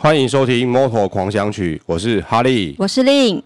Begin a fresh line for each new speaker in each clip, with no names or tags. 欢迎收听《Motor 狂想曲》，我是哈利。
我是令，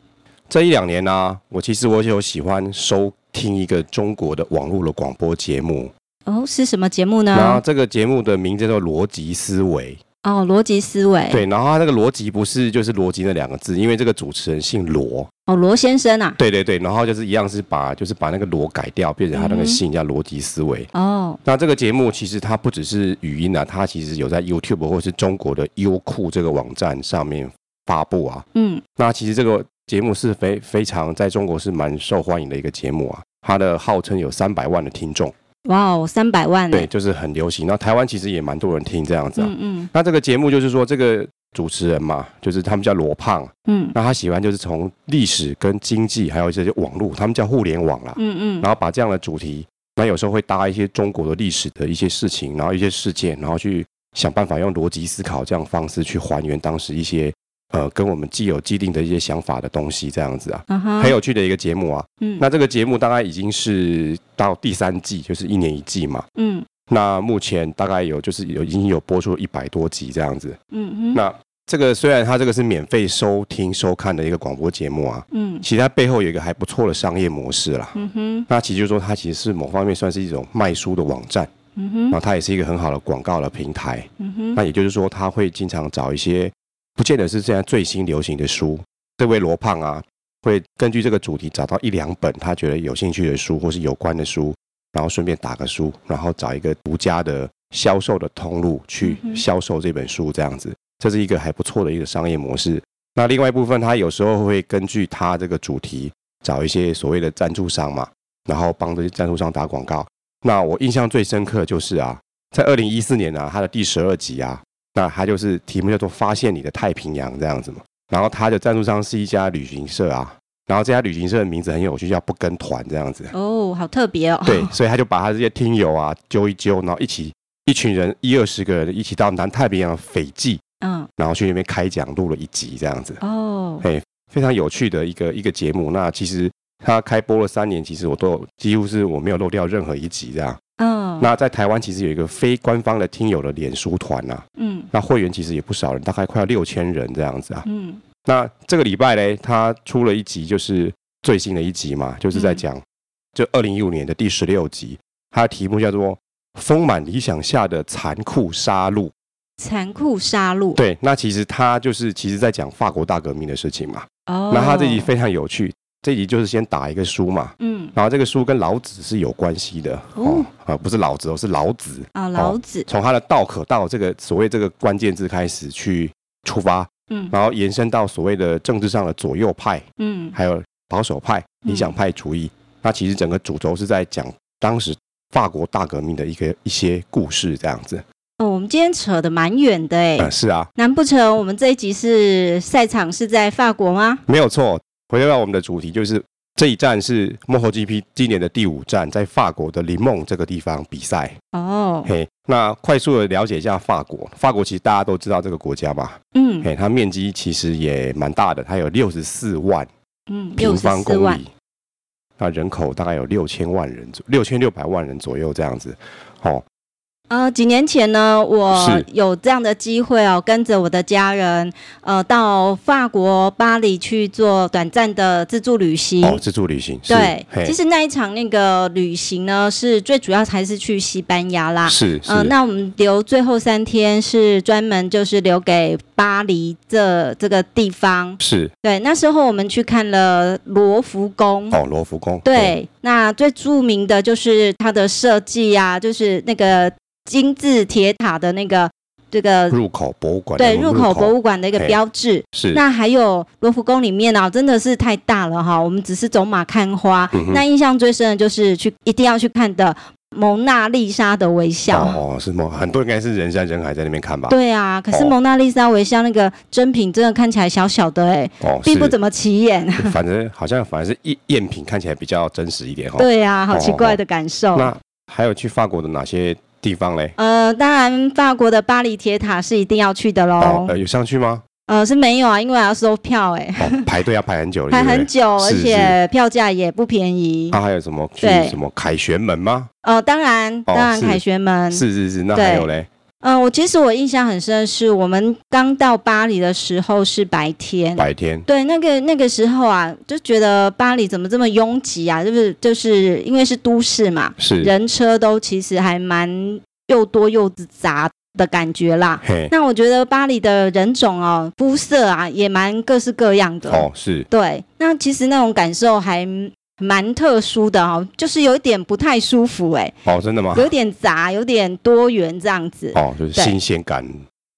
这一两年呢、我其实我有喜欢收听一个中国的网络的广播节目，
哦，是什么节目
那
呢？
这个节目的名字叫做《逻辑思维》。
哦，逻辑思维。
对，然后它那个逻辑不是就是逻辑那两个字，因为这个主持人姓罗。
哦，罗先生啊。
对对对，然后就是一样是把就是把那个罗改掉，变成他那
嗯
个
哼
姓叫逻辑思维。
哦，
那这个节目其实它不只是语音啊，它其实有在 YouTube 或是中国的优酷这个网站上面发布啊。
嗯，
那其实这个节目是非非常在中国是蛮受欢迎的一个节目啊，它的号称有三百万的听众，
哇哦，三百万呢
对，，就是很流行。那台湾其实也蛮多人听这样子啊。
嗯嗯
那这个节目就是说，这个主持人嘛，就是他们叫罗胖，
嗯
那他喜欢就是从历史跟经济，还有一些网络，他们叫互联网啦，啊
嗯嗯，
然后把这样的主题，那有时候会搭一些中国的历史的一些事情，然后一些事件，然后去想办法用逻辑思考这样的方式去还原当时一些呃跟我们既有既定的一些想法的东西，这样子啊，
啊哈，
很有趣的一个节目啊。
嗯
那这个节目大概已经是到第三季，就是一年一季嘛。
嗯
那目前大概有就是有已经有播出一百多集这样子。
嗯嗯，
那这个虽然它这个是免费收听收看的一个广播节目啊，
嗯
其实它背后有一个还不错的商业模式啦。
嗯哼
那其实就是说，它其实是某方面算是一种卖书的网站，
嗯
然
哼
后它也是一个很好的广告的平台。
嗯哼
那也就是说，它会经常找一些不见得是现在最新流行的书。这位罗胖啊，会根据这个主题找到一两本他觉得有兴趣的书或是有关的书，然后顺便打个书，然后找一个独家的销售的通路去
嗯哼
销售这本书，这样子，这是一个还不错的一个商业模式。那另外一部分，他有时候会根据他这个主题找一些所谓的赞助商嘛，然后帮这些赞助商打广告。那我印象最深刻就是啊，在二零一四年啊，他的第十二集啊，那他就是题目叫做“发现你的太平洋”这样子嘛。然后他的赞助商是一家旅行社啊，然后这家旅行社的名字很有趣，叫“不跟团”这样子。
哦，好特别哦。
对，所以他就把他这些听友啊揪一揪，然后一起一群人一二十个人一起到南太平洋斐济，
嗯
然后去那边开讲录了一集这样子，
哦
嘿非常有趣的一个一个节目。那其实他开播了三年，其实我都有几乎是我没有漏掉任何一集这样。
嗯
那在台湾其实有一个非官方的听友的脸书团啊，
嗯
那会员其实也不少人，大概快要六千人这样子啊。
嗯
那这个礼拜嘞，他出了一集，就是最新的一集嘛，就是在讲就二零一五年的第十六集，它的题目叫做《丰满理想下的残酷杀戮》。
残酷杀戮。
对，那其实他就是其实在讲法国大革命的事情嘛。
哦，
那他这集非常有趣，这集就是先打一个书嘛，
嗯
然后这个书跟老子是有关系的哦
哦，
啊、不是老子哦，是老子。
啊，老子
从他的道可道这个所谓这个关键字开始去出发，
嗯
然后延伸到所谓的政治上的左右派，
嗯
还有保守派、
嗯
理想派主义。那其实整个主轴是在讲当时法国大革命的一个一些故事，这样子。
哦，我们今天扯得蛮远的哎
嗯、。是啊，
难不成我们这一集是赛场是在法国吗？
没有错。回到我们的主题，就是这一站是 MotoGP 今年的第五站，在法国的林梦这个地方比赛。
哦，
嘿，那快速的了解一下法国。法国其实大家都知道这个国家吧？
嗯
嘿，它面积其实也蛮大的，它有六十四万
嗯，
平
六十
方
四
公
万，
里，那人口大概有六千万人左，六千六百万人左右这样子。哦，
呃，几年前呢，我
是
有这样的机会哦，跟着我的家人，呃，到法国巴黎去做短暂的自助旅行。
哦，自助旅行是
对，
嘿
其实那一场那个旅行呢，是最主要还是去西班牙啦。
是是、
嗯、那我们留最后三天是专门就是留给巴黎这这个地方。
是
对，那时候我们去看了罗浮宫。
哦，罗浮宫嘿
对，那最著名的就是它的设计啊，就是那个金字铁塔的那个这个
入口博物馆
对
我
入
们
口博物馆的一个
嘿
标志。
是
那还有罗浮宫里面啊，真的是太大了哈，我们只是走马看花。
嗯哼
那印象最深的就是去一定要去看的《蒙娜丽莎的微笑》
哦，是吗？很多应该是人山人海在那边看吧？
对啊，可是
哦
《蒙娜丽莎微笑》那个真品真的看起来小小的哎、
哦，
并不
是哦
怎么起眼。
反正好像反而是赝赝品看起来比较真实一点哈、哦。
对啊，好奇怪的感受。
那还有去法国的哪些地方嘞？
呃，当然，法国的巴黎铁塔是一定要去的
哦
喽，。
呃，有上去吗？
呃，是没有啊，因为要收票哎、
哦，排队要排很久了，
排
对不
很
对
久，而
是
且票价也不便宜。
啊，还有什么去
对
什么凯旋门吗？
呃，当然，
哦
当然，
是
凯旋门。
是是是，那还有嘞，
嗯，我其实我印象很深，是我们刚到巴黎的时候是白天，
白天
对，那个那个时候啊，就觉得巴黎怎么这么拥挤啊？就是就是因为是都市嘛，
是，
人车都其实还蛮又多又杂的感觉啦。
嘿，
那我觉得巴黎的人种哦，肤色啊也蛮各式各样的。
哦，是
对，那其实那种感受还蛮特殊的哦，就是有一点不太舒服哎、
哦，真的吗？
有点杂，有点多元这样子。
哦，就是
对
新鲜感，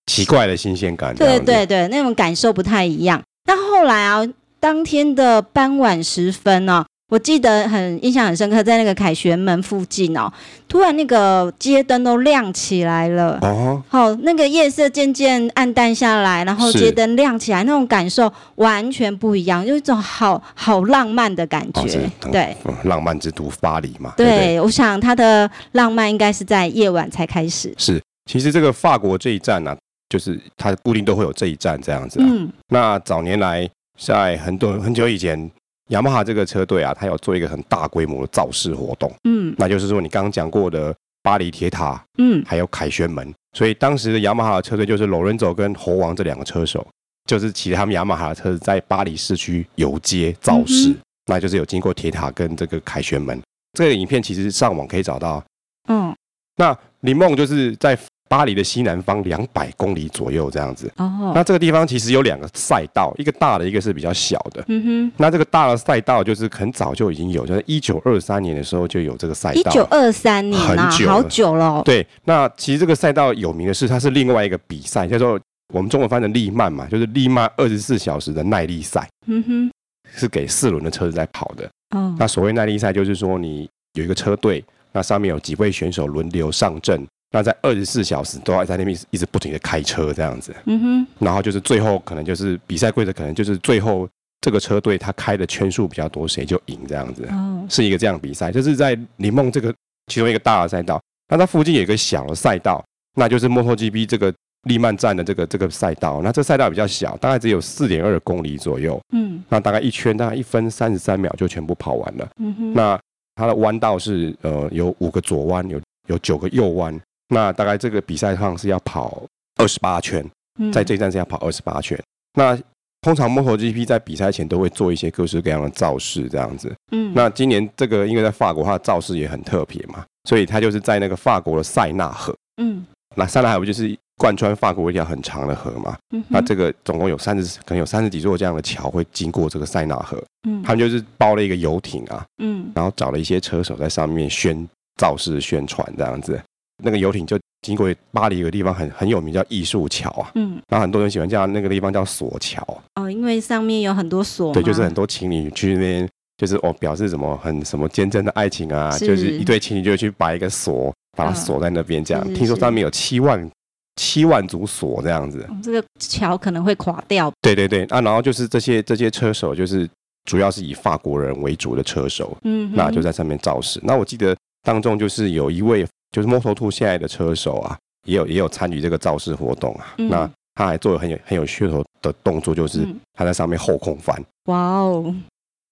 奇怪的新鲜感，
对对对对，那种感受不太一样。那后来啊，当天的傍晚时分呢、我记得很印象很深刻，在那个凯旋门附近哦，突然那个街灯都亮起来了。
对，哦，
好、那个夜色渐渐暗淡下来，然后
是
街灯亮起来，那种感受完全不一样，有一种好好浪漫的感
哦，
觉。
是
对，
嗯浪漫之都巴黎嘛，对不对，
对，我想它的浪漫应该是在夜晚才开始。
是。其实这个法国这一站呢、啊，就是它固定都会有这一站这样子、啊，
嗯，
那早年来，在很多很久以前，雅马哈这个车队啊，它有做一个很大规模的造势活动，
嗯
那就是说你刚刚讲过的巴黎铁塔，
嗯
还有凯旋门。所以当时的雅马哈的车队就是 Lorenzo 跟猴王这两个车手，就是骑他们雅马哈的车子在巴黎市区游街造势，
嗯哼
那就是有经过铁塔跟这个凯旋门。这个影片其实上网可以找到。
嗯，
那林梦就是在巴黎的西南方两百公里左右这样子。
哦，
那这个地方其实有两个赛道，一个大的，一个是比较小的。
嗯
那这个大的赛道就是很早就已经有，就是一九二三年的时候就有这个赛
哼，一
道。
九二三年啊，
很久了
好久了哦。
对，那其实这个赛道有名的是，它是另外一个比赛，叫做我们中文翻成利曼嘛，就是利曼二十四小时的耐力赛，
嗯
是给四轮的车子在跑的。
哼，哦，
那所谓耐力赛，就是说你有一个车队，那上面有几位选手轮流上阵，那在二十四小时都要在那边一直一直不停的开车这样子。
嗯哼，
然后就是最后可能就是比赛规则，可能就是最后这个车队他开的圈数比较多，谁就赢这样子，
哦，
是一个这样的比赛。就是在林梦这个其中一个大的赛道，那它附近有一个小的赛道，那就是 MotoGP 这个利曼站的这个这个赛道。那这赛道比较小，大概只有四点二公里左右，
嗯
那大概一圈大概一分三十三秒就全部跑完了。
嗯哼，
那它的弯道是呃有五个左弯，有有九个右弯。那大概这个比赛上是要跑二十八圈。
嗯
在这一站是要跑二十八圈。那通常 MotoGP 在比赛前都会做一些各式各样的造势，这样子。
嗯
那今年这个因为在法国，它的造势也很特别嘛，所以它就是在那个法国的塞纳河。
嗯
那塞纳河不就是贯穿法国一条很长的河嘛？
嗯哼，
那这个总共有三十，可能有三十几座这样的桥会经过这个塞纳河。
嗯
他们就是包了一个游艇啊，
嗯
然后找了一些车手在上面宣造势宣传这样子。那个游艇就经过巴黎有个地方很很有名叫艺术桥啊，
嗯
然后很多人喜欢叫那个地方叫索桥，啊
哦，因为上面有很多锁嘛，
对，就是很多情侣去那边，就是哦表示什么很什么坚贞的爱情啊，
是嗯
就是一对情侣就去把一个锁把它锁在那边这样。
是是
听说上面有七万七万组锁这样子，
哦这个桥可能会垮掉。
对对对啊，然后就是这些这些车手就是主要是以法国人为主的车手，
嗯哼，
那就在上面造势。那我记得当中就是有一位就是 Moto Two 现在的车手啊，也有也有参与这个造势活动啊。
嗯
那他还做了很有很有噱头的动作，就是
嗯
他在上面后空翻。
哇哦，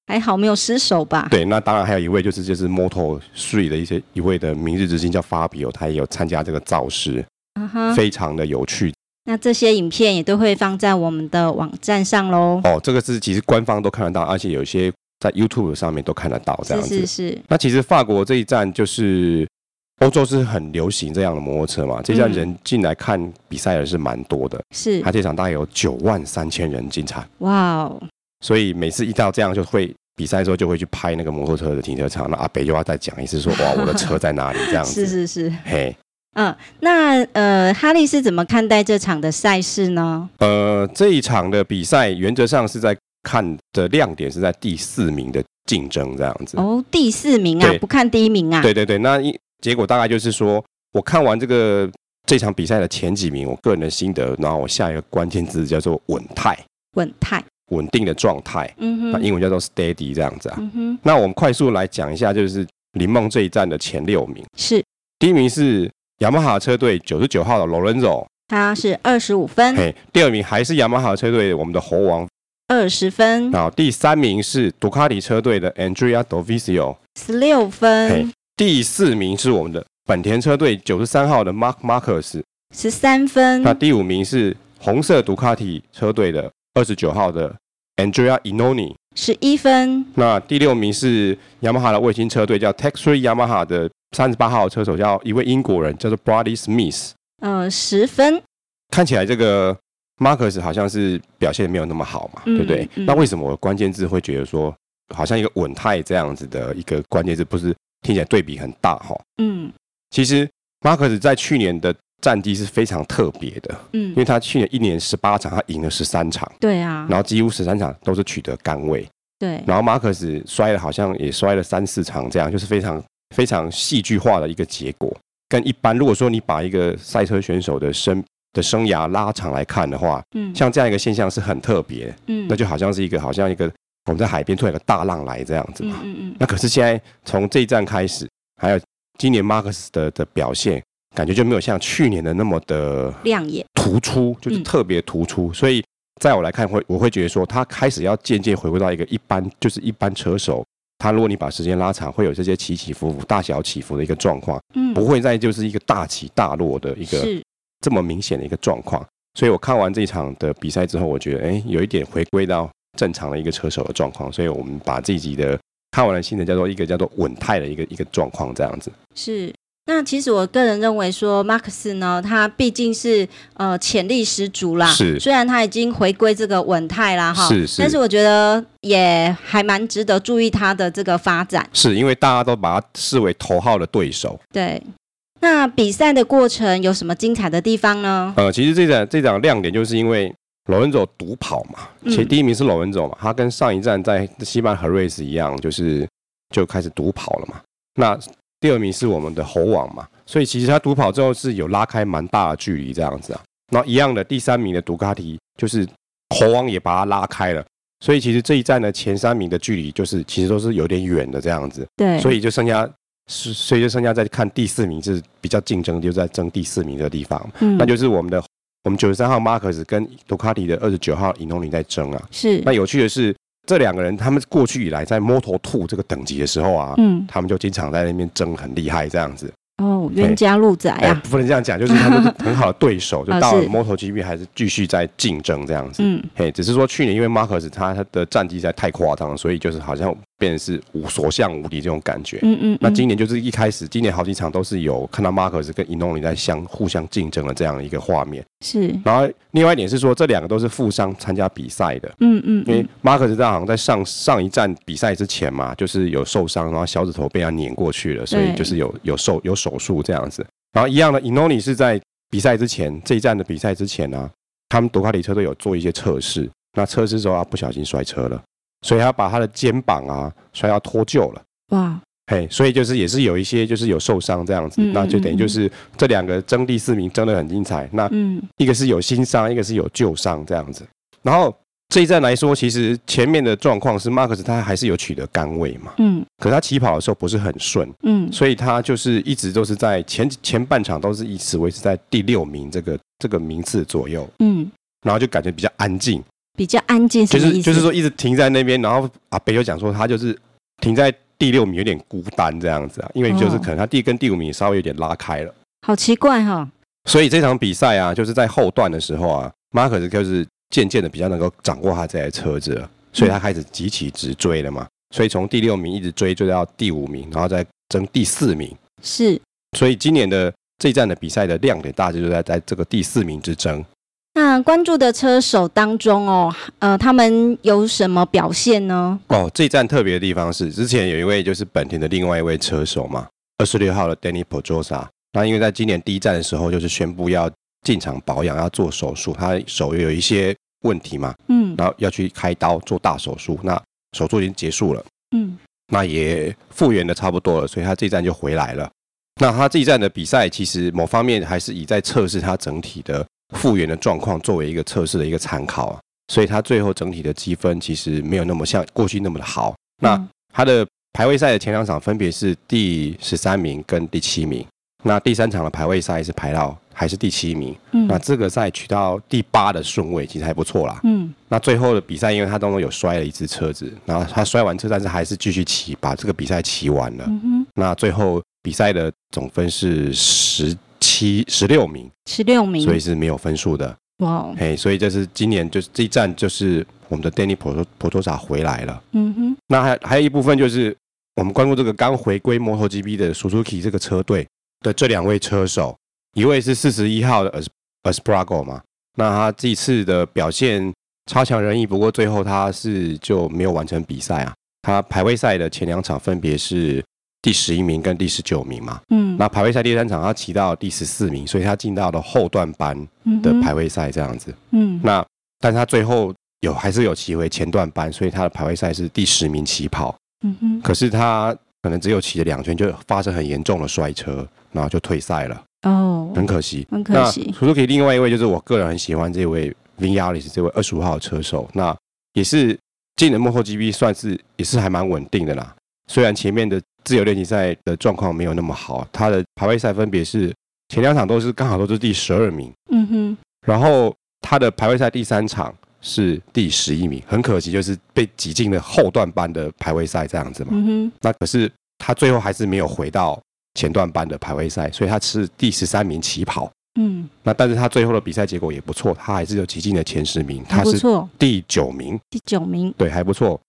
还好没有失手吧？
对，那当然还有一位就是就是 Moto Three 的一些一位的明日之星叫法比奥，他也有参加这个造势，
啊哈，
非常的有趣
那这些影片也都会放在我们的网站上喽。
哦。这个是其实官方都看得到，而且有一些在 YouTube 上面都看得到这
是
样子。
是是，
那其实法国这一站就是欧洲是很流行这样的摩托车嘛，这一站
嗯
人进来看比赛的是蛮多的，
是
它这场大概有九万三千人进场，
哇哦，
所以每次一到这样就会。比赛的时候就会去拍那个摩托车的停车场，那阿北又要再讲一次说哇我的车在哪里这样子，
是是是，
嘿，
嗯，那呃，哈利是怎么看待这场的赛事呢？
呃，这一场的比赛原则上是在看的亮点是在第四名的竞争这样子，
哦，第四名啊
对，
不看第一名啊，
对对对，那一结果大概就是说，我看完这个这场比赛的前几名，我个人的心得，然后我下一个关键字叫做稳态，
稳态，
稳定的状态，
嗯
那
哼，
英文叫做 steady 这样子啊。
嗯哼，
那我们快速来讲一下，就是林梦这一站的前六名，
是，
第一名是雅马哈车队九十九号的 Lorenzo，
他是二十五分，
嘿，第二名还是雅马哈车队我们的猴王，
二十分，
然后第三名是杜卡迪车队的 Andrea Dovizio，
十六
嘿
分，，
第四名是我们的本田车队九十三号的 Mark Marcus，
十三分
那第五名是红色杜卡迪车队的二十九号的 Andrea Inoni。
十一分，
那第六名是雅马哈的卫星车队，叫 t e x r e Yamaha 的三十八号车手，叫一位英国人，叫做 Brady Smith。
嗯，十分，
看起来这个 Marcus 好像是表现没有那么好嘛，
嗯
对不对？
嗯
那为什么我关键字会觉得说，好像一个稳态这样子的一个关键字，不是听起来对比很大哈？
嗯
其实 Marcus 在去年的战绩是非常特别的，因
嗯，
为他去年一年十八场，他赢了十三场，
对啊，
然后几乎十三场都是取得杆位。
对，
然后马克思摔了，好像也摔了三四场，这样就是非常非常戏剧化的一个结果。跟一般，如果说你把一个赛车选手的生的生涯拉长来看的话，
嗯，
像这样一个现象是很特别，
嗯，
那就好像是一个好像一个我们在海边突然有个大浪来这样子
嗯
嘛。
嗯嗯，
那可是现在从这一站开始，还有今年马克思的的表现，感觉就没有像去年的那么的
亮眼，
突出，就是
嗯
特别突出。所以在我来看会，我会觉得说，他开始要渐渐回归到一个一般，就是一般车手。他如果你把时间拉长，会有这些起起伏伏、大小起伏的一个状况，
嗯，
不会再就是一个大起大落的一个
是，
这么明显的一个状况。所以我看完这一场的比赛之后，我觉得哎，有一点回归到正常的一个车手的状况。所以我们把这一集的看完了新的叫做一个叫做稳态的一个一个状况这样子。
是。那其实我个人认为说，马克思呢，他毕竟是呃潜力十足啦。
是
虽然他已经回归这个稳态啦哈，
是是
但是我觉得也还蛮值得注意他的这个发展。
是因为大家都把他视为头号的对手，
对，那比赛的过程有什么精彩的地方呢？
呃，其实这场这场亮点就是因为罗恩佐独跑嘛，
嗯
其实第一名是罗恩佐嘛，他跟上一站在西班牙和瑞斯一样，就是就开始独跑了嘛。那第二名是我们的猴王嘛，所以其实他独跑之后是有拉开蛮大的距离这样子啊。然后一样的第三名的杜卡迪就是猴王也把他拉开了，所以其实这一站的前三名的距离就是其实都是有点远的这样子。
对，
所
以
以就剩下，是所以就剩下在看第四名是比较竞争，就在争第四名的地方，
嗯
那就是我们的我们九十三号 Marcus 跟杜卡迪的二十九号尹东尼在争啊。
是
那有趣的是，这两个人他们过去以来在 Moto Two 这个等级的时候啊。
嗯
他们就经常在那边争，很厉害这样子。
哦，冤家路窄
哎、
啊，
不能这样讲，就是他们是很好的对 手，就
啊
到了
是
MotoGP 还是继续在竞争这样子。
嗯
嘿，只是说去年因为 Marcus 他他的战绩实在太夸张了，所以就是好像变得是无所向无敌这种感觉。
嗯嗯，
那
嗯
今年就是一开始，今年好几场都是有看到 Marcus 跟 Inoni 在相互相竞争的这样一个画面。
是
然后另外一点是说，这两个都是负伤参加比赛的，
嗯嗯
因为
嗯
Marcus 他好像在上上一站比赛之前嘛，就是有受伤，然后小指头被他碾过去了，所以就是有有手有手术这样子。然后一样的，Inoni 是在比赛之前这一站的比赛之前呢、啊，他们杜卡迪车队有做一些测试，那测试之后他不小心摔车了，所以他把他的肩膀啊摔到脱臼了。
哇，
嘿，所以就是也是有一些就是有受伤这样子，
嗯
那就等于
嗯嗯
就是这两个争第四名争得很精彩，那
嗯
一个是有新伤，一个是有旧伤这样子。然后这一站来说，其实前面的状况是 Marcus 他还是有取得杆位嘛，
嗯
可是他起跑的时候不是很顺，
嗯
所以他就是一直都是在前前半场都是一直维持在第六名这个这个名次左右，
嗯，
然后就感觉比较安静，
比较安静，
就
什么
是
意思
就是说一直停在那边，然后阿北就讲说他就是停在第六名有点孤单这样子啊，因为就是
哦
可能他第跟第五名稍微有点拉开了，
好奇怪哈，
所以这场比赛啊，就是在后段的时候啊，马可斯就是渐渐的比较能够掌握他这台车子了，所以他开始急起直追了嘛，所以从第六名一直追追到第五名，然后再争第四名，
是。
所以今年的这一站的比赛的亮点大致就在在这个第四名之争。
那关注的车手当中哦，呃，他们有什么表现呢？
哦，这一站特别的地方是，之前有一位就是本田的另外一位车手嘛，二十六号的 Danny Pedrosa，那因为在今年第一站的时候就是宣布要进场保养，要做手术，他手有一些问题嘛，
嗯
然后要去开刀做大手术，那手术已经结束了，
嗯
那也复原的差不多了，所以他这一站就回来了。那他这一站的比赛，其实某方面还是以在测试他整体的复原的状况作为一个测试的一个参考啊，所以他最后整体的积分其实没有那么像过去那么的好。那
嗯
他的排位赛的前两场分别是第十三名跟第七名，那第三场的排位赛是排到还是第七名，
嗯
那这个赛取到第八的顺位，其实还不错啦。
嗯
那最后的比赛，因为他当中有摔了一次车子，然后他摔完车，但是还是继续骑，
嗯
把这个比赛骑完了。
嗯哼
那最后比赛的总分是十七十六名，
十六名，
所以是没有分数的。
哇哦，
嘿，所以这是今年就是这一站就是我们的 Danny p o p o t o s a 回来了。
嗯哼，
那还还有一部分就是我们关注这个刚回归 MotoGP 的 Suzuki 这个车队的这两位车手，一位是四十一号的 As Asprago 嘛，那他这次的表现差强人意，不过最后他是就没有完成比赛啊。他排位赛的前两场分别是第十一名跟第十九名嘛，
嗯，
那排位赛第三场他骑到第十四名，所以他进到了后段班
嗯
的
哼
排，位赛这样子。
嗯
那但是他最后有还是有骑回前段班，所以他的排位赛是第十名起跑。
嗯哼，
可是他可能只有骑了两圈就发生很严重的摔车，然后就退赛了，
哦，
很可惜。
很可
那
惜，
Suzuki 另外一位就是我个人很喜欢这位 Vinales 这位二十五号车手，那也是今年幕后 GP 算是也是还蛮稳定的啦。虽然前面的自由练习赛的状况没有那么好，他的排位赛分别是前两场都是刚好都是第十二名，
嗯哼，
然后他的排位赛第三场是第十一名，很可惜就是被挤进了后段班的排位赛这样子嘛。
嗯哼，
那可是他最后还是没有回到前段班的排位赛，所以他是第十三名起跑。
嗯，
那但是他最后的比赛结果也不错，他还是有挤进了前十名，
还
他
不
是
错，
第九名，
第九名，
对，还不错。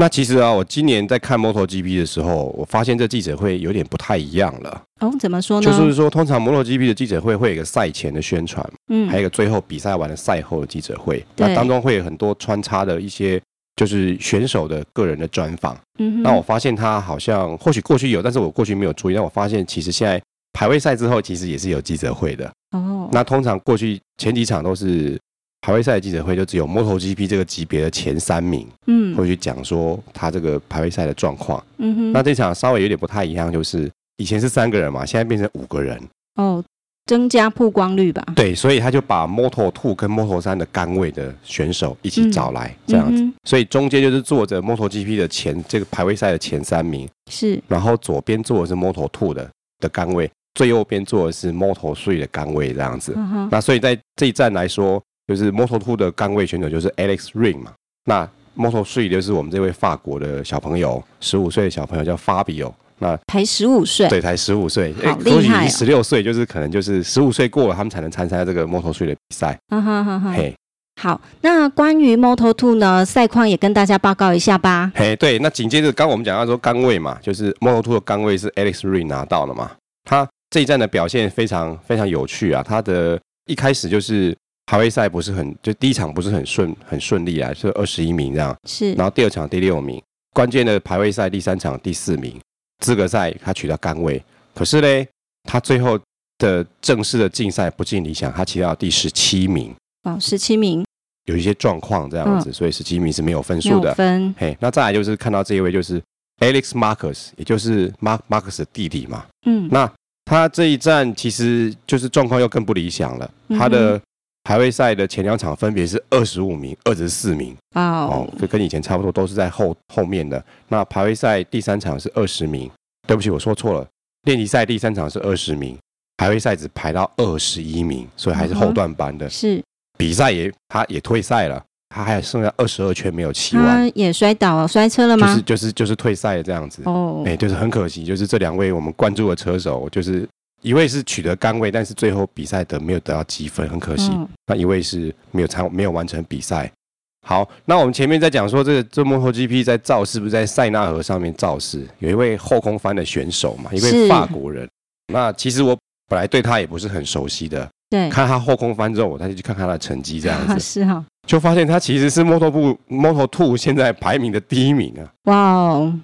那其实啊，我今年在看 MotoGP 的时候，我发现这记者会有点不太一样了。
哦，怎么说呢？
就是说，通常 MotoGP 的记者会会有一个赛前的宣传，
嗯，
还有一个最后比赛完了赛后的记者会，
对
那当中会有很多穿插的一些就是选手的个人的专访。
嗯哼，
那我发现他好像或许过去有，但是我过去没有注意。但我发现其实现在排位赛之后，其实也是有记者会的。
哦，
那通常过去前几场都是排位赛的记者会，就只有 MotoGP 这个级别的前三名
嗯
会去讲说他这个排位赛的状况。
嗯哼，
那这场稍微有点不太一样，就是以前是三个人嘛，现在变成五个人。
哦，增加曝光率吧，
对，所以他就把 Moto Two 跟 Moto 三的杆位的选手一起找来，这样子。
嗯哼
所以中间就是坐着 MotoGP 的前这个排位赛的前三名。
是，
然后左边坐的是 Moto Two 的的杆位，最右边坐的是 Moto Three 的杆位，这样子。
嗯哼，
那所以在这一站来说，就是 Moto Two 的杆位选手就是 Alex Ring 嘛。那 Moto Three 就是我们这位法国的小朋友，十五岁的小朋友叫 Fabio。那
才十五岁，
对，才十五岁，
好厉害哦
或许已经十六岁，就是可能就是十五岁过了，他们才能参加这个 Moto Three 的比赛。
嗯哼哼哼，
嘿，
好，那关于 Moto Two 呢，赛况也跟大家报告一下吧。
嘿，对，那紧接着刚我们讲到说杆位嘛，就是 Moto Two 的杆位是 Alex r i 拿到了嘛，他这一站的表现非常非常有趣啊，他的一开始就是排位赛不是很，就第一场不是很顺很顺利啊，是二十一名这样，
是，
然后第二场第六名，关键的排位赛第三场第四名，资格赛他取得杆位，可是嘞，他最后的正式的竞赛不尽理想，他骑到第十七名，
哦，十七名
有一些状况这样子，所以十七名是没有分
嗯没
数
有
的。
分，
嘿，那再来就是看到这一位就是 Alex Marcus，也就是 Mark Marcus 的弟弟嘛。
嗯，
那他这一站其实就是状况又更不理想了，他的排位赛的前两场分别是二十五名、二十四名哦
哦，，
就跟以前差不多，都是在后后面的。那排位赛第三场是二十名，对不起，我说错了，练习赛第三场是二十名。排位赛只排到二十一名，所以还是后段班的、
是，
比赛也，他也退赛了，他还剩下二十二圈没有骑完
他。也摔倒了，摔车了
就
吗
是？就是就是退赛了这样子。哎、
哦，
就是很可惜，就是这两位我们关注的车手，就是一位是取得杆位，但是最后比赛得没有得到积分，很可惜；
嗯
那一位是没有参没有完成比赛。好，那我们前面在讲说这个这 MotoGP 在造势，不是在塞纳河上面造势，有一位后空翻的选手嘛，一
是
位法国人。那其实我本来对他也不是很熟悉的，
对，
看他后空翻之后，我再去看看他的成绩，这 样子
是哦哈，
就发现他其实是 Moto 部 Moto Two 现在排名的第一名啊。
哇哦，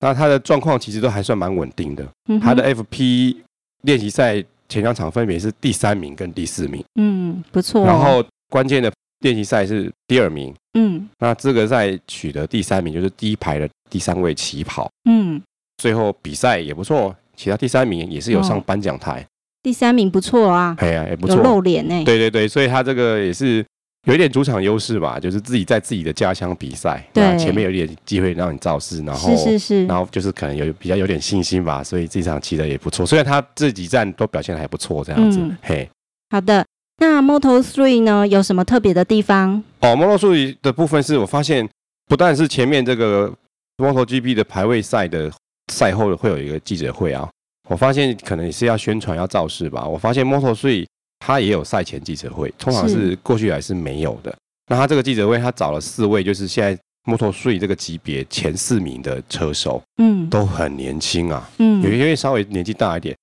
那他的状况其实都还算蛮稳定的。
嗯哼
他的 FP 练习赛前两场分别是第三名跟第四名，
嗯不错哦，
然后关键的练习赛是第二名。
嗯
那资格赛取得第三名，就是第一排的第三位起跑。
嗯，
最后比赛也不错，其他第三名也是有上
哦
颁奖台，
第三名不错啊，
哎呀、也不
有
错。
露脸呢，
对对对，所以他这个也是有一点主场优势吧，就是自己在自己的家乡比赛，
对
那前面有一点机会让你造势，然后
是是是
然，后就是可能有比较有点信心吧，所以这场骑的也不错。虽然他这几站都表现的还不错，这样子，
嗯
嘿。
好的。那 Moto Three 呢，有什么特别的地方？
哦，摩托数理的部分是我发现，不但是前面这个 MotoGP 的排位赛的赛后会有一个记者会啊，我发现可能也是要宣传要造势吧。我发现 Moto 以它也有赛前记者会，通常
是
是过去来是没有的。那它这个记者会，它找了四位，就是现在 Moto 以这个级别前四名的车手，
嗯
都很年轻啊。
嗯
有一位稍微年纪大一点。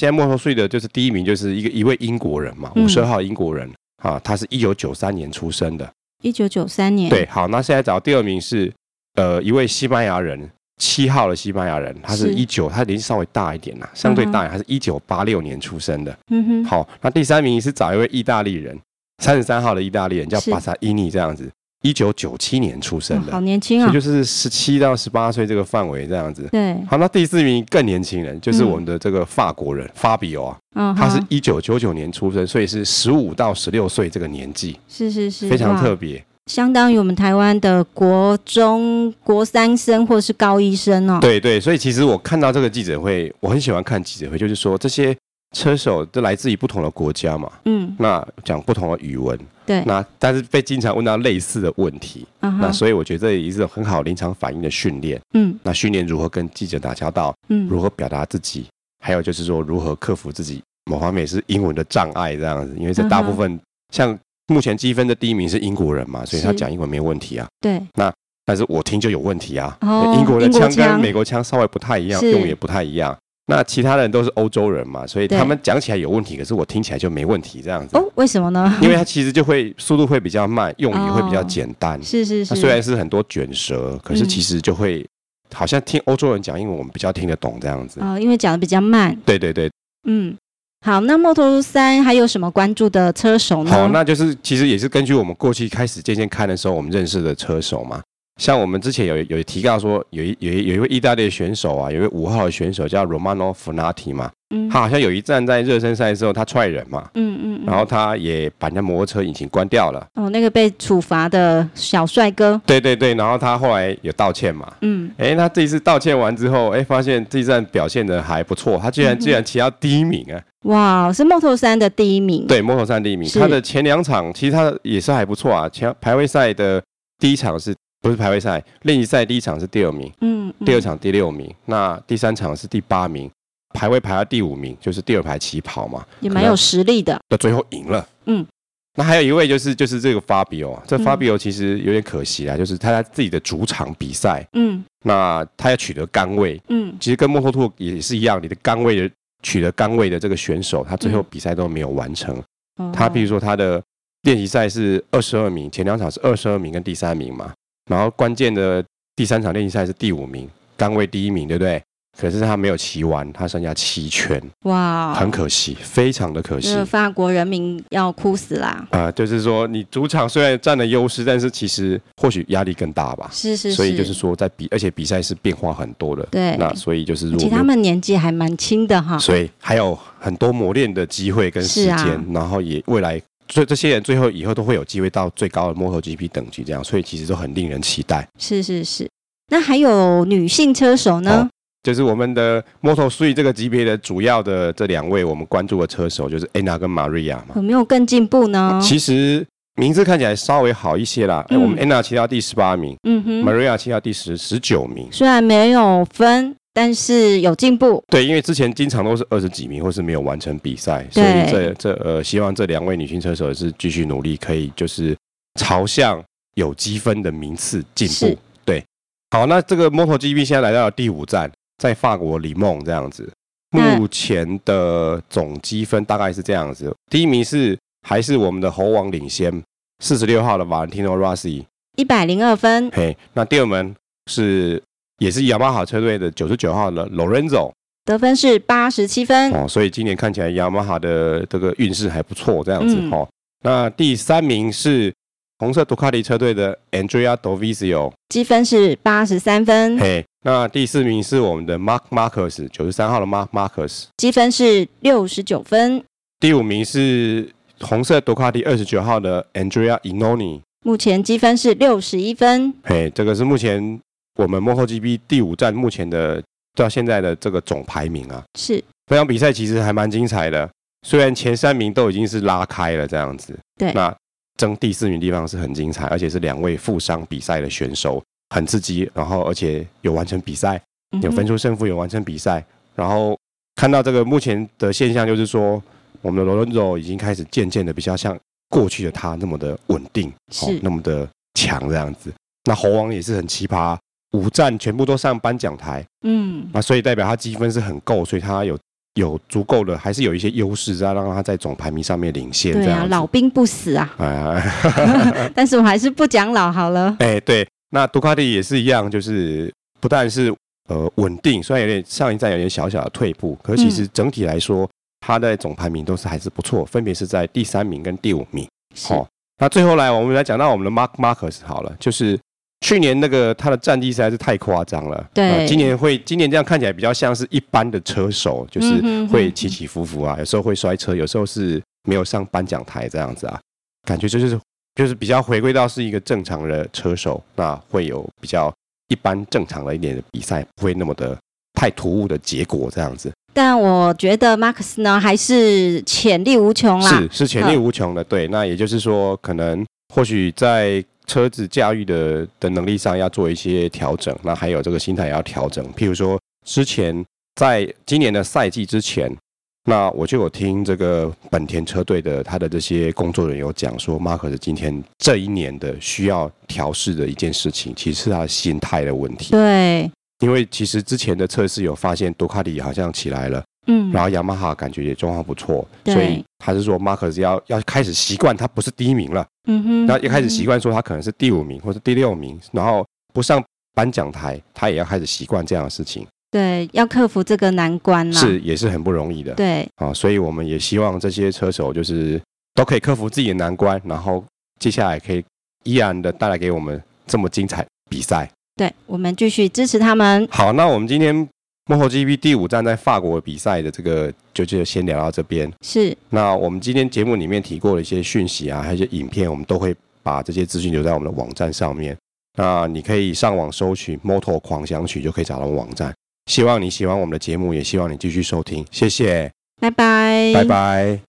现在莫头税的就是第一名，就是一个一位英国人嘛，
嗯
五十二号英国人啊，他是一九九三年出生的。
一九九三年，
对，好，那现在找第二名是呃一位西班牙人，七号的西班牙人，他是
是
一九，他年纪稍微大一点啦，相对
嗯哼
大一点，他是一九八六年出生的。
嗯哼，
好，那第三名是找一位意大利人，三十三号的意大利人叫
是
巴萨伊尼这样子，一九九七年出生
哇
的，
好年轻
所
啊
以，就是十七到十八岁这个范围这样子。
对，
好，那第四名更年轻人，就是我们的这个法国人、法比欧啊，
嗯，
他是
好
一九九九年出生，所以是十五到十六岁这个年纪，
是是是，
非常
哇
特别。
相当于我们台湾的国中国三生或是高一生哦。
对对，所以其实我看到这个记者会，我很喜欢看记者会，就是说这些车手都来自于不同的国家嘛，
嗯，
那讲不同的语文，
对，
那但是被经常问到类似的问题，
嗯
那
哼，
所以我觉得这也是一种很好临场反应的训练。
嗯
那训练如何跟记者打交道，如
嗯，
何表达自己，还有就是说如何克服自己某方面也是英文的障碍这样子，因为
嗯
这大部分、像目前积分的第一名是英国人嘛，所以他
是
讲英文没问题啊，
对，
但是我听就有问题啊，
哦
英国的
英国
腔
腔
跟美国腔稍微不太一样，
是
用也不太一样。那其他人都是欧洲人嘛，所以
对
他们讲起来有问题，可是我听起来就没问题这样子，
哦，为什么呢？
因为他其实就会速度会比较慢，用语会比较
哦
简单。
是是
它嗯
是，
虽然是很多卷舌，可是
嗯
其实就会、好像听欧洲人讲英文，我们比较听得懂这样子。
哦，因为讲的比较慢，
对对对，
嗯。好，那摩托三还有什么关注的车手呢？
好，那就是其实也是根据我们过去开始渐渐看的时候，我们认识的车手嘛。像我们之前有有提到说，有一有一有一位意大利的选手啊，有一位五号的选手叫 Romano Funati 嘛，
嗯
他好像有一站在热身赛的时候他踹人嘛，
嗯嗯，嗯
然后他也把人家摩托车引擎关掉了，
哦，那个被处罚的小帅哥，
对对对，然后他后来有道歉嘛，
嗯，
哎，那这一次道歉完之后，哎，发现这一站表现的还不错，他居然
嗯哼
居然骑到第一名啊！
哇，是摩托三的第一名，，
对，摩托三第一名，
是
他的前两场其实他也是还不错啊。前排位赛的第一场是不是排位赛？练习赛第一场是第二名，
嗯，嗯
第二，场第六名，那第三场是第八名，排位排到第五名，就是第二排起跑嘛，
也蛮有实力的，
那最后赢了。
嗯。
那还有一位就是就是这个法比欧，这
嗯
法比欧其实有点可惜啦，就是他在自己的主场比赛，
嗯
那他要取得杆位，
嗯，
其实跟摩托兔也是一样，你的杆位的取得杆位的这个选手，他最后
嗯
比赛都没有完成。
哦
他比如说他的练习赛是二十二名，前两场是二十二名跟第三名嘛，然后关键的第三场练习赛是第五名，杆位第一名，对不对？可是他没有骑完，他剩下七圈，
哇，
很可惜，非常的可惜
这。法国人民要哭死啦！
啊、就是说你主场虽然占了优势，但是其实或许压力更大吧。
是是是，
所以就是说，在比，而且比赛是变化很多的。
对
那所以就是如
而
果
且
没有
他们年纪还蛮轻的哈。
所以还有很多磨练的机会跟时
嗯是
间，
啊
然后也未来，所以这些人最后以后都会有机会到最高的 MotoGP 等级，这样，所以其实都很令人期待。
是是是。那还有女性车手呢？
哦就是我们的 Moto Three 这个级别的主要的这两位我们关注的车手，就是 Anna 跟 Maria 嘛。
有没有更进步呢？
其实名字看起来稍微好一些啦，哎
嗯
我们 Anna 骑到第十八名、
嗯哼
m a r i a 骑到第十十九名。
虽然没有分，但是有进步。
对，因为之前经常都是二十几名，或是没有完成比赛，所
对
以这这呃，希望这两位女性车手也是继续努力，可以就是朝向有积分的名次进
是
步。对，好，那这个 MotoGP 现在来到了第五站，在法国里梦这样子。
那
目前的总积分大概是这样子，第一名是还是我们的猴王领先，四十六号的 Valentino Rossi，
一百零二分，
嘿，那第二名是也是雅马哈车队的九十九号的 Lorenzo，
得分是八十七分。
哦，所以今年看起来雅马哈的这个运势还不错，这样子
嗯
哈、哦。那第三名是红色杜卡迪车队的 Andrea Dovizio，、
积分是八十三分，
嘿，那第四名是我们的 Mark Marcus，九十三号的 Mark Marcus，
积分是六十九分。
第五名是红色杜卡迪二十九号的 Andrea Inoni，
目前积分是六十一分。
嘿，这个是目前我们 MotoGP 第五站目前的到现在的这个总排名啊。
是
这场比赛其实还蛮精彩的，虽然前三名都已经是拉开了这样子，
对
那争第四名地方是很精彩，而且是两位负伤比赛的选手，
嗯
很刺激，然后而且有完成比赛，有分
数。
出胜负，有完成比赛，然后看到这个目前的现象，就是说我们的 Lorenzo 已经开始渐渐的比较像过去的他那么的稳定，哦
是
那么的强这样子。那猴王也是很奇葩，五战全部都上颁奖台，
嗯，
那所以代表他积分是很够，所以他有有足够的，还是有一些优势，在让他在总排名上面领先这
对啊，
样子。
老兵不死啊，
啊，
但是我还是不讲老好了。
哎，对，那杜卡迪也是一样，就是不但是呃稳定，虽然有点上一站有点小小的退步，可是其
嗯
实整体来说，它在总排名都是还是不错，分别是在第三名跟第五名。
是
好、那最后来我们来讲到我们的 Mark Marcus 好了，就是去年那个他的战绩实在是太夸张了，
对
呃今年会今年这样看起来比较像是一般的车手，就是
嗯哼
会
哼
起起伏伏啊，有时候会摔车，有时候是没有上颁奖台这样子啊，感觉就是就是比较回归到是一个正常的车手，那会有比较一般正常的一点的比赛，不会那么的太突兀的结果这样子，
但我觉得 Max 呢还是潜力无穷啦。嗯
是是潜力无穷的，对。那也就是说，可能或许在车子驾驭的的能力上要做一些调整，那还有这个心态也要调整。譬如说，之前在今年的赛季之前，那我就有听这个本田车队的他的这些工作人员有讲说，Marcus 今天这一年的需要调试的一件事情，其实是他的心态的问题。
对，
因为其实之前的测试有发现，杜卡迪好像起来了。
嗯，
然后雅马哈感觉也状况不错，
对
所以他是说马克斯要要开始习惯他不是第一名了，
嗯哼，
那一开始习
惯，
惯说他可能是第五名或是第六名，然后不上颁奖台，他也要开始习惯这样的事情，
对，要克服这个难关啦。
是，也是很不容易的
嗯对，
啊。所以我们也希望这些车手就是都可以克服自己的难关，然后接下来可以依然的带来给我们这么精彩比赛。
对，我们继续支持他们。
好，那我们今天 MotoGP 第五站在法国比赛的这个就就先聊到这边。
是，
那我们今天节目里面提过的一些讯息啊，还有一些影片，我们都会把这些资讯留在我们的网站上面。那你可以上网搜寻《Moto 狂想曲》，就可以找到我们网站。希望你喜欢我们的节目，也希望你继续收听，谢谢，
拜拜，
拜拜。